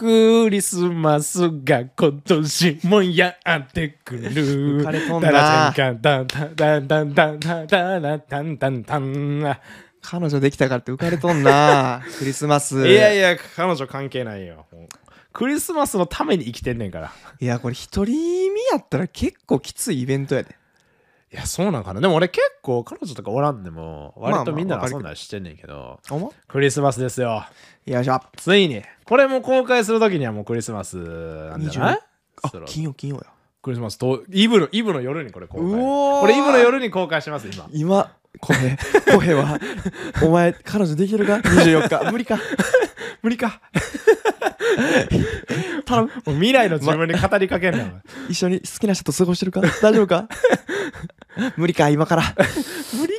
クリスマスが今年もやってくる。浮かれとんなタラちゃんかダンタンダンダンダンダンダンダンダンダンダンあ彼女できたからって浮かれと んなクリスマスいやいや、彼女関係ないよ。クリスマスのために生きてんねんから。いやこれ一人身やったら結構きついイベントやでいや、そうなんかな。でも俺結構彼女とかおらんでも、割まあまとあみんなでわかる遊んだりしてんねんけど、おもクリスマスですよ。よいしょついに、これも公開するときにはもうクリスマスなんじゃないあそろ金曜金曜やクリスマスとイブのイブの夜にこれ公開うおーこれイブの夜に公開します今今コ ヘコヘはお前彼女できるか24日無理 か無理か頼むもう未来の自分に語りかけんな よ、一緒に好きな人と過ごしてるか大丈夫 か無理か今から無理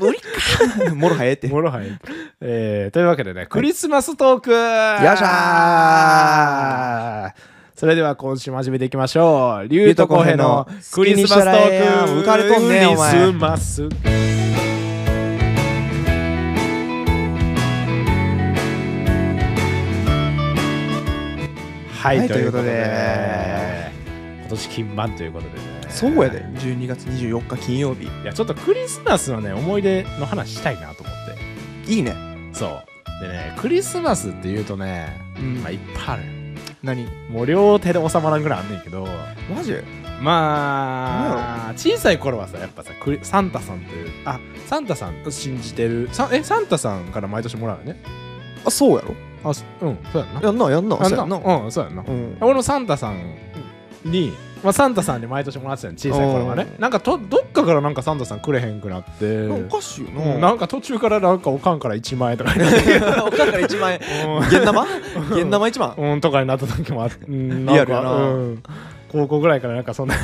無 理かもろはええってかもろはい、えー、というわけでねクリスマストークよよっしゃそれでは今週も始めていきましょう竜と浩平のクリスマスト好きにしたらええやーんク浮かれとんねんお前クリスマスはい、はいということでという今年金満ということでねそうやで12月24日金曜日いやちょっとクリスマスのね思い出の話したいなと思っていいねそうでねクリスマスっていうとね、うんまあ、いっぱいある何もう両手で収まらんぐらいあんねんけどマジまあ小さい頃はさやっぱさクリサンタさんというあサンタさん信じてるさえサンタさんから毎年もらうよねあそうやろあすうんそうやんなやんなやんなあそうやんなうんそうやんな、うん俺もサンタさんに、まあ、サンタさんに毎年もらってたの小さい頃はねおーなんかとどっかからなんかサンタさんくれへんくなっておかしいようんななんか途中からなんかおかんから1万円とか言って おかんから1万円う現玉現玉1万んうんとかになった時もあってリリアルやな高校ぐらいからなんかそんなあ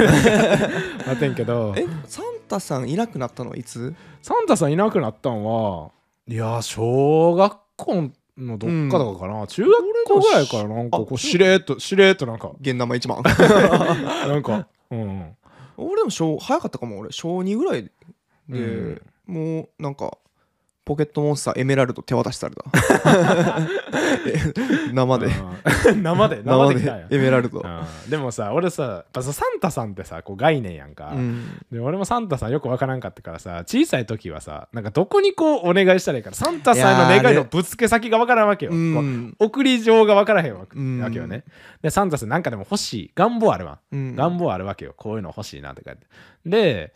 ってんけどえサンタさんいなくなったのはいつサンタさんいなくなったんはいやー小学校のどっかとかかな、中学校ぐらいからなんかこあうしれっとしれっとなんか現玉1 万なんかうん俺も小早かったかも俺小2ぐらいで、うんもうなんかポケットモンスターエメラルド手渡しされた え生でうん生で生生で来たんやでエメラルド、うんでもさ俺さやっぱさサンタさんってさこう概念やんか、うんで俺もサンタさんよくわからんかったからさ小さい時はさなんかどこにこうお願いしたらいいからサンタさんのいやー願いのねぶつけ先がわからんわけよ、うこんう送り状がわからへんわけ,、うんよねでサンタさんなんかでも欲しい願望あるわ、うん願望あるわけよこういうの欲しいなとかってで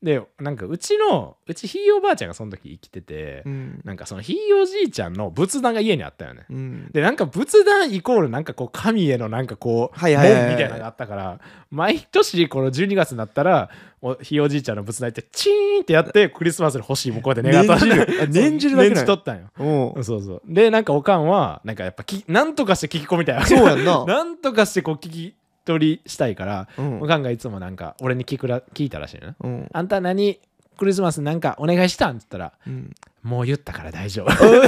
でなんかうちのうちひいおばあちゃんがその時生きてて、うんなんかそのひいおじいちゃんの仏壇が家にあったよね、うんでなんか仏壇イコールなんかこう神へのなんかこうはいはいはい門みたいなのがあったから毎年この12月になったらおひいおじいちゃんの仏壇行ってチーンってやってクリスマスに欲しいもんこうやって願ったらしい念じるあ念じるだけな念じんやとったんよおうそうそうでなんかおかんはなんかやっぱきなんとかして聞き込みたいわけそうやんななんとかしてこう聞き取りしたいからうんおかんがいつもなんか俺に聞くら聞いたらしいのねうんあんた何クリスマスなんかお願いしたんって言ったら うんもう言ったから大丈夫え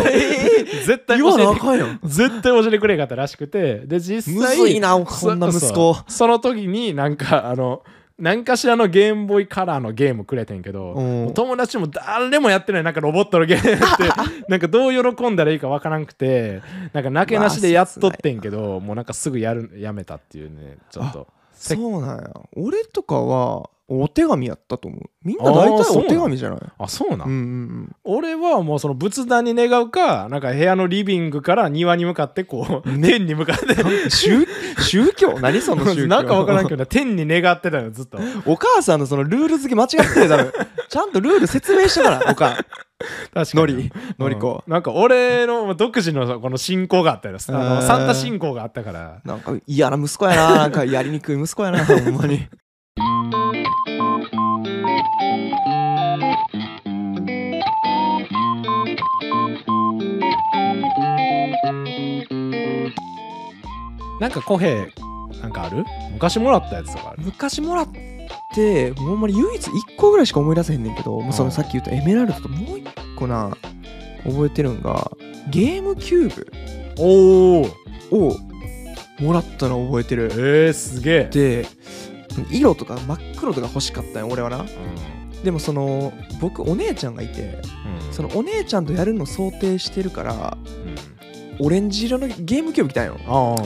ー絶対言教わえなあてかんやん絶対教えてくれへんかったらしくてで実際むずいなこんな息そ子そうその時になんかあの何かしらのゲームボーイカラーのゲームくれてんけど、うんもう友達も誰もやってないなんかロボットのゲーム ってなんかどう喜んだらいいかわからなくてなんかなけなしでやっとってんけど、もうなんかすぐやるやめたっていうねちょっとせそうなんや俺とかはお手紙やったと思うみんな大あー体そうおなん手紙じゃないあそうなん、うんうん俺はもうその仏壇に願うかなんか部屋のリビングから庭に向かってこう、天に向かってうん 宗宗教何その宗 教なんかわからんけどな天に願ってたよ ずっとお母さんのそのルール付け間違ってるだろちゃんとルール説明してからお 母さん確のりのりこうんなんか俺の独自のこの信仰があったよあのへーサンタ信仰があったからなんか嫌な息子やななんかやりにくい息子やなほんまになんかコヘなんかある昔もらったやつとかある昔もらってほんまに唯一1個ぐらいしか思い出せへんねんけどもうそのさっき言ったエメラルドともう1個な覚えてるんがゲームキューおおブをもらったの覚えてるえー、すげえ、で色とか真っ黒とか欲しかったんよ俺はなでもその僕お姉ちゃんがいてうんうんそのお姉ちゃんとやるの想定してるからうんオレンジ色のゲームキューブ来たんよあ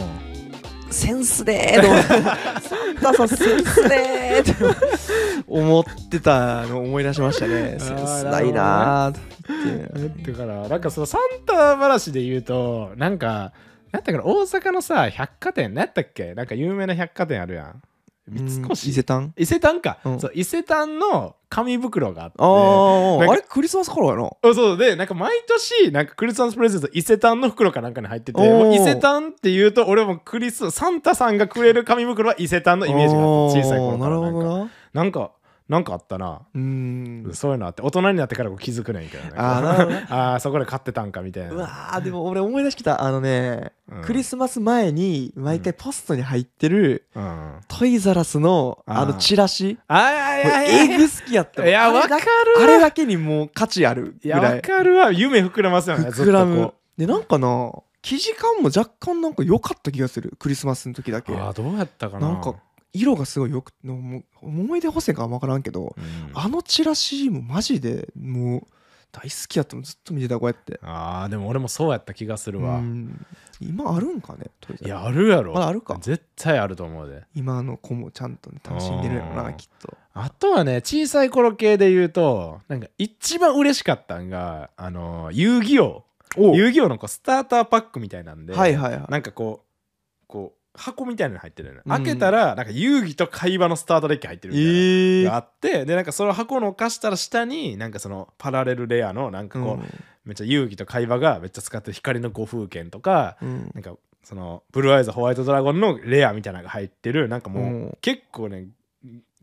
センスねーと思ってサンタさんセンスねーって思ってたのを思い出しましたねあーセンスないなーってあだからなんかそのサンタ話で言うとなんかなんだかな大阪のさ百貨店何やったっけなんか有名な百貨店あるやん三うん伊越勢丹伊勢丹か、うんそう伊勢丹の紙袋があってあー、なんかあれクリスマス頃やなあそうでなんか毎年なんかクリスマスプレゼント伊勢丹の袋かなんかに入ってておーもう伊勢丹っていうと俺もクリスサンタさんがくれる紙袋は伊勢丹のイメージがあった小さい頃からあーなるほなんかなんどなかなんかあったな、うーんそういうのあって大人になってからこう気づくねんけどねあーなるほどねあーそこで買ってたんかみたいうなわーでも俺思い出してきたあのね、うんクリスマス前に毎回ポストに入ってるうんあトイザラスのあーあのチラシあいやいやいエグ好きやったやいやわあれかだるあわれだけにもう価値あるいぐやらわいかるわ夢膨らますよねずっ膨とらむこでなんかな生地感も若干なんか良かった気がするクリスマスの時だけうあーどうやったかななんか色がすごいよくのも思い出補正か分からんけどうんあのチラシもマジでもう大好きやったもんずっと見てたこうやってあーでも俺もそうやった気がするわ、うん今あるんかねトイザいらスやあるやろまだあるか絶対あると思うで今の子もちゃんとね楽しんでるやろうなんきっとあとはね小さい頃系で言うとなんか一番嬉しかったんがあの遊戯王お遊戯王のこうスターターパックみたいなんで、はいはいはいなんかこうこう箱みたいなの入ってるのよ、うん開けたらなんか遊戯と会話のスタートデッキ入ってるみたいな、ええがあってでなんかその箱の貸したら下になんかそのパラレルレアのなんかこう、めっちゃ遊戯と会話がめっちゃ使ってる光の五風剣とかうんうんなんかそのブルーアイズホワイトドラゴンのレアみたいなのが入ってるなんかもう、うん結構ね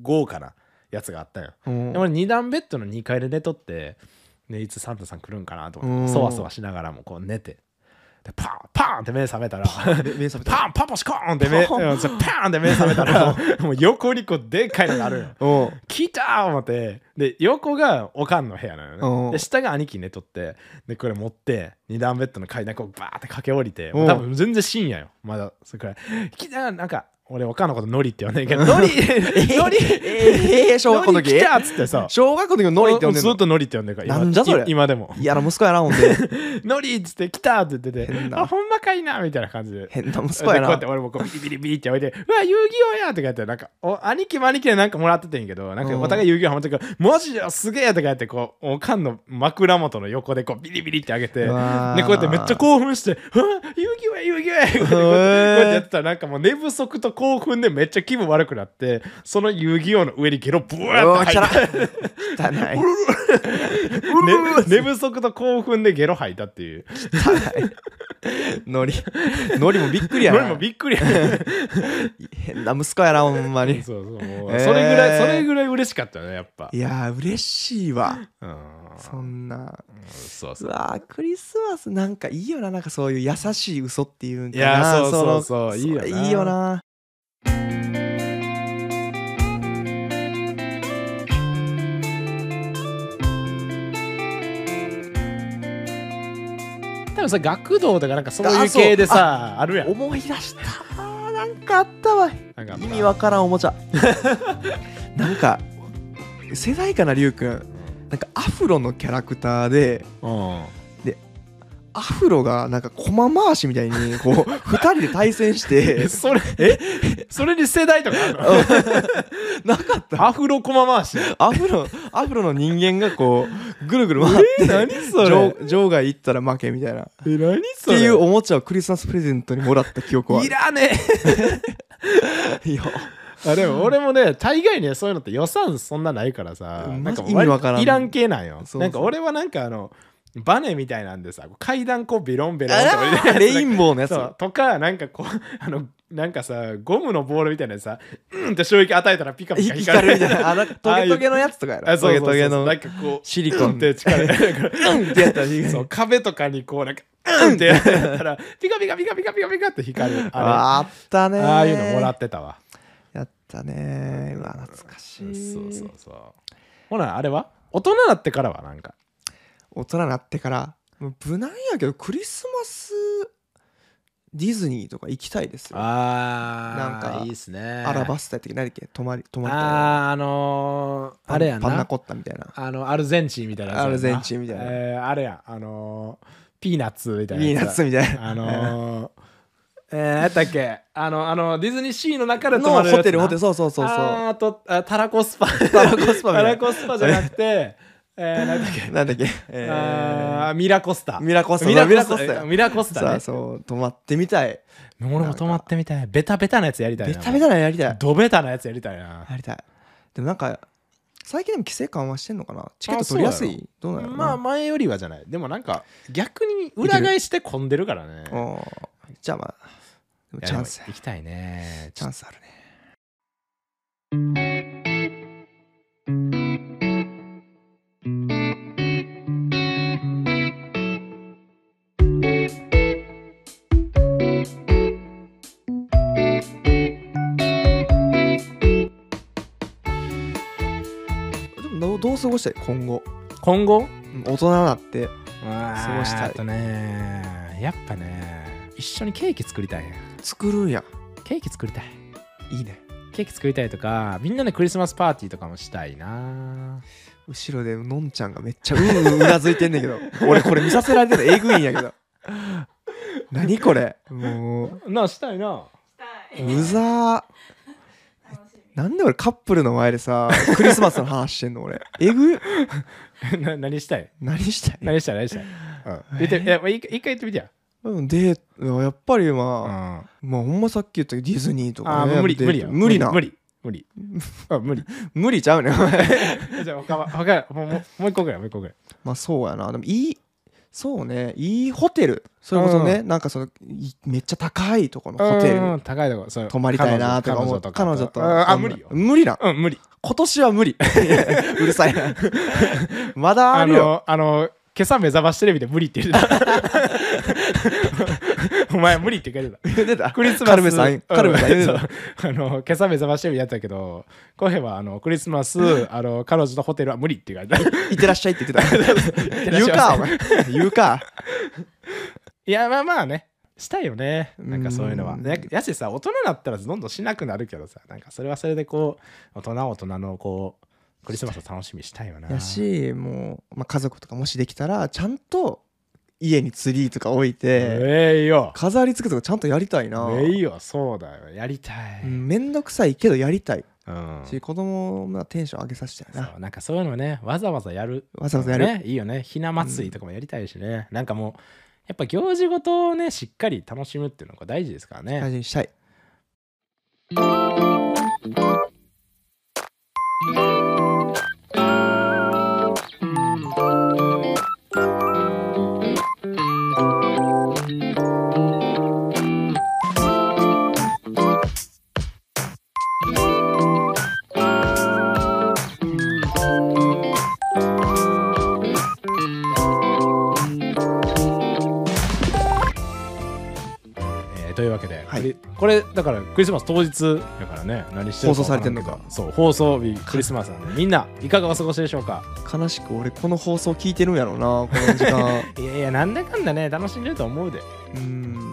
豪華なやつがあったよ、うんで俺2段ベッドの2階で寝とって、ね、いつサンタさん来るんかなと思っうてんそわそわしながらもこう寝てでパンパーンって目覚めたら目目覚めたパンパパシコーンって目パンうんそうパーンって目覚めたらもう横にこうでっかいのがあるよおう来たー思ってで横がおかんの部屋なのうねんで下が兄貴寝とってでこれ持って二段ベッドの階段こうバーって駆け下りてうん多分全然深夜よまだそれくらい来たーなんか俺おかんのことノリって呼んでんけど ノリ ノリええ小学校のノリ時来たーっつってさ小学校の時 のノリって呼んでんずっのとノリって呼んでるから今なんじゃそれい今でも嫌な息子やなほんでノリっつって来たーって言って変てなあほんまかいなーみたいな感じで変な息で子 こやうやなって俺もこうビリビリビリって置いて「うわ遊戯王や!」とかやってなんかお兄貴も兄貴でなんかもらっててんけどなんかうんお互い遊戯王ハマってるから「マジですげえ!」とかやってこうおかんの枕元の横でこうビリビリってあげてでうこわーうやってめっちゃ興奮して「うわ遊戯王や遊戯王や!」とかこうやってやってたらなんかもう寝不足と興奮でめっちゃ気分悪くなってその遊戯王の上にゲロブワーって入って汚いね寝不足と興奮でゲロ吐いたっていうノリノリもびっくりやな俺もびっくりや変な息子やなほんまにそうそうもうえーそれぐらいそれぐらい嬉しかったねやっぱいやー嬉しいわうんそんなそううそう。わークリスマスなんかいいよななんかそういう優しい嘘っていうんかないやーそうそうそうのいいよなれいいよな多分さ、学童とかなんかそうあいうそう系でさ、あるやん。思い出したあーなんかあったわなんか意味わからんおもちゃ なんか世代かなりゅうくんなんかアフロのキャラクターでうん。アフロがなんか駒回しみたいに こう2人で対戦しえ、 てそれ、えそれに世代とかあるのなかったアフロコマ回し。アフロアフロの人間がこうぐるぐる回って、そ場場外行ったら負けみたいなっえ、何ていうおもちゃをクリスマスプレゼントにもらった記憶はあるいらねいやえ。あ、でも俺もね、大概ね、そういうのって予算そんなないからさ、うんなんかマジ意味わから割んといらん系なんよそう。そうなんか俺はなんかあの、バネみたいなんでさ、階段こうベロンベロンとかみたいなやあつレインボーのやつそうとかなんかこうあのなんかさゴムのボールみたいなやつさうんって衝撃与えたらピカピカ光光るるみたいなあなんかトゲトゲのやつとかやろあそうそうそうトゲトゲのなんかこうシリコうんっンて 力が うんってやったら光るそう壁とかにこうなんかうんってやったらピカピカピカピカピカピカって光るああったねれーああいうのもらってたわやったねーうわ懐かしそういそうそうほなあれは大人になってからはなんか大人になってからもう無難やけどクリスマスディズニーとか行きたいですよあーなんかいいっすねアラバスタやったっけ何だっけ泊まり泊まりたいなあああのパンパンナコッタみたいなあのアルゼンチンみたいなやつやんなアルゼンチンみたいなえーあれやあのーピーナッツみたいなピーやつナッツみたいな。あのー、えー、やったっけあの、あの、ディズニーシーの中で泊ま のれるやつなホテル、ホテル、そうそうそうそう。あーと、あタラコスパ。タラコスパみタたラいな。コスパじゃなくて、えー、なんだっけ、なんだっけ、えーあーミラコスタ。ミラコスタミラコミスラコスタタ。ミラコスさタあ、ね。そう、泊まってみたい。俺も泊まってみたい。ベタベタなやつやりたいベな。タベタなのやりたい。ドベタなやつやりたいな。やりたい。でもなんか、最近でも規制緩和してんのかなチケッあトそう取だりよやすいどうなのまあ、前よりはじゃない。でもなんか、逆に裏返して混んでるからね。おーじゃあまあ、でもいやチでャもンス、行きたいね。チャンスあるね。でもどうどう過ごしたい今後今後うん大人になって過ごしたあいとねやっぱね一緒にケーキ作りたいね作るんやケーキ作りたいいいねケーキ作りたいとかみんなでクリスマスパーティーとかもしたいな後ろでのんちゃんがめっちゃうん うんうなずいてんねんけど俺これ見させられてるえぐいんやけど何これもなあしたいなううざーなんで俺カップルの前でさクリスマスの話してんの俺えぐい な何したい何したい、何したい何したい、うん、言っていやまあ一回一回言ってみてや、うん、デートやっぱりうん、まあ、あまあほんまさっき言ったけどディズニーとか、ーね、無理デート無理や無理な無無理理無理 あ無理ちゃうねお前じゃあ他は他もうもうもう一個ぐらいもう一個ぐらいまあそうやなでもいいそうねいいホテルそれこそね、なんかそのいめっちゃ高いとこのホテルうん高いとこそう泊まりたいなとか彼思女うと彼女とうんあ無理よ無理なうん無理今年は無 理うるさいなまだああるよの、あの、今朝目覚ましテレビで無理って 言ってた。お前無理って言ってた。出たクリスマス。カルメさんカルメさんう言う そうてあの、今朝目覚ましテレビやったけど、コヘはあのクリスマス、あの、彼女とホテルは無理って言われた。いってらっしゃいって言 ってた 言うかお前言うかいや、まあまあね。したいよね。なんかそういうのはう。んややしさ、大人になったらどんどんしなくなるけどさ、なんかそれはそれでこう、大人は大人のこう、クリスマスを楽しみにしたいよな。やしもう、まあ、家族とかもしできたらちゃんと家にツリーとか置いてええよ。飾り付けとかちゃんとやりたいなええよ、そうだよ。やりたい。うんめんどくさいけどやりたいうんし子供のテンション上げさせたいなそうなんかそういうのねわざわざやるわざわざやるね、いいよねひな祭りとかもやりたいしね、なんかもうやっぱ行事ごとをねしっかり楽しむっていうのが大事ですからね、大事にしたいえーというわけで、はいクリこれだからクリスマス当日だからね何してる放送されてんのかわらけどそう放送日クリスマスなんでみんないかがお過ごしでしょうか悲しく俺この放送聞いてるんやろうなこの時 間いやいやなんだかんだね楽しんでると思うで、うんうん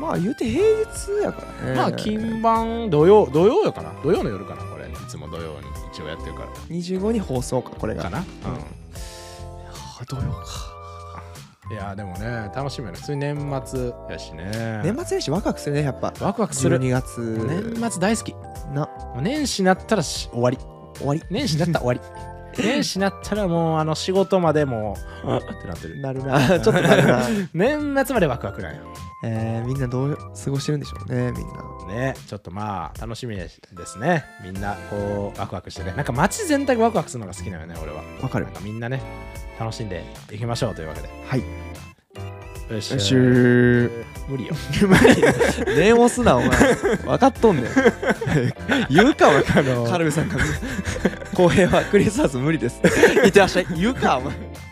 まあ言うて平日やからね。まあ金盤土曜土曜よかな土曜の夜かなこれいつも土曜に一応やってるから25に放送か、これが。かなな、うん土曜か。いやーでもね楽しみよね普通に年末やしね年末年始若くするね、やっぱ。ワクワクする12月。年末大好きもな、う年始になったらし終わり終わり。年始になったら終わり年始になったらもうあの仕事までもうってなってるな るな、ちょっとなるな。年末までワクワクなんよえー、みんなどう過ごしてるんでしょうね、みんな。ねちょっとまあ楽しみですねみんなこうワクワクしてねなんか街全体がワクワクするのが好きなのよね俺はわかるなん。かみんなね楽しんでいきましょうというわけではい。よっししゅー。無理よ 念押すな、お前。分かっとん ねん。言うか、お前。あのカルビさんから。公平はクリスマス無理です。いってらっしゃい。言うか、お前。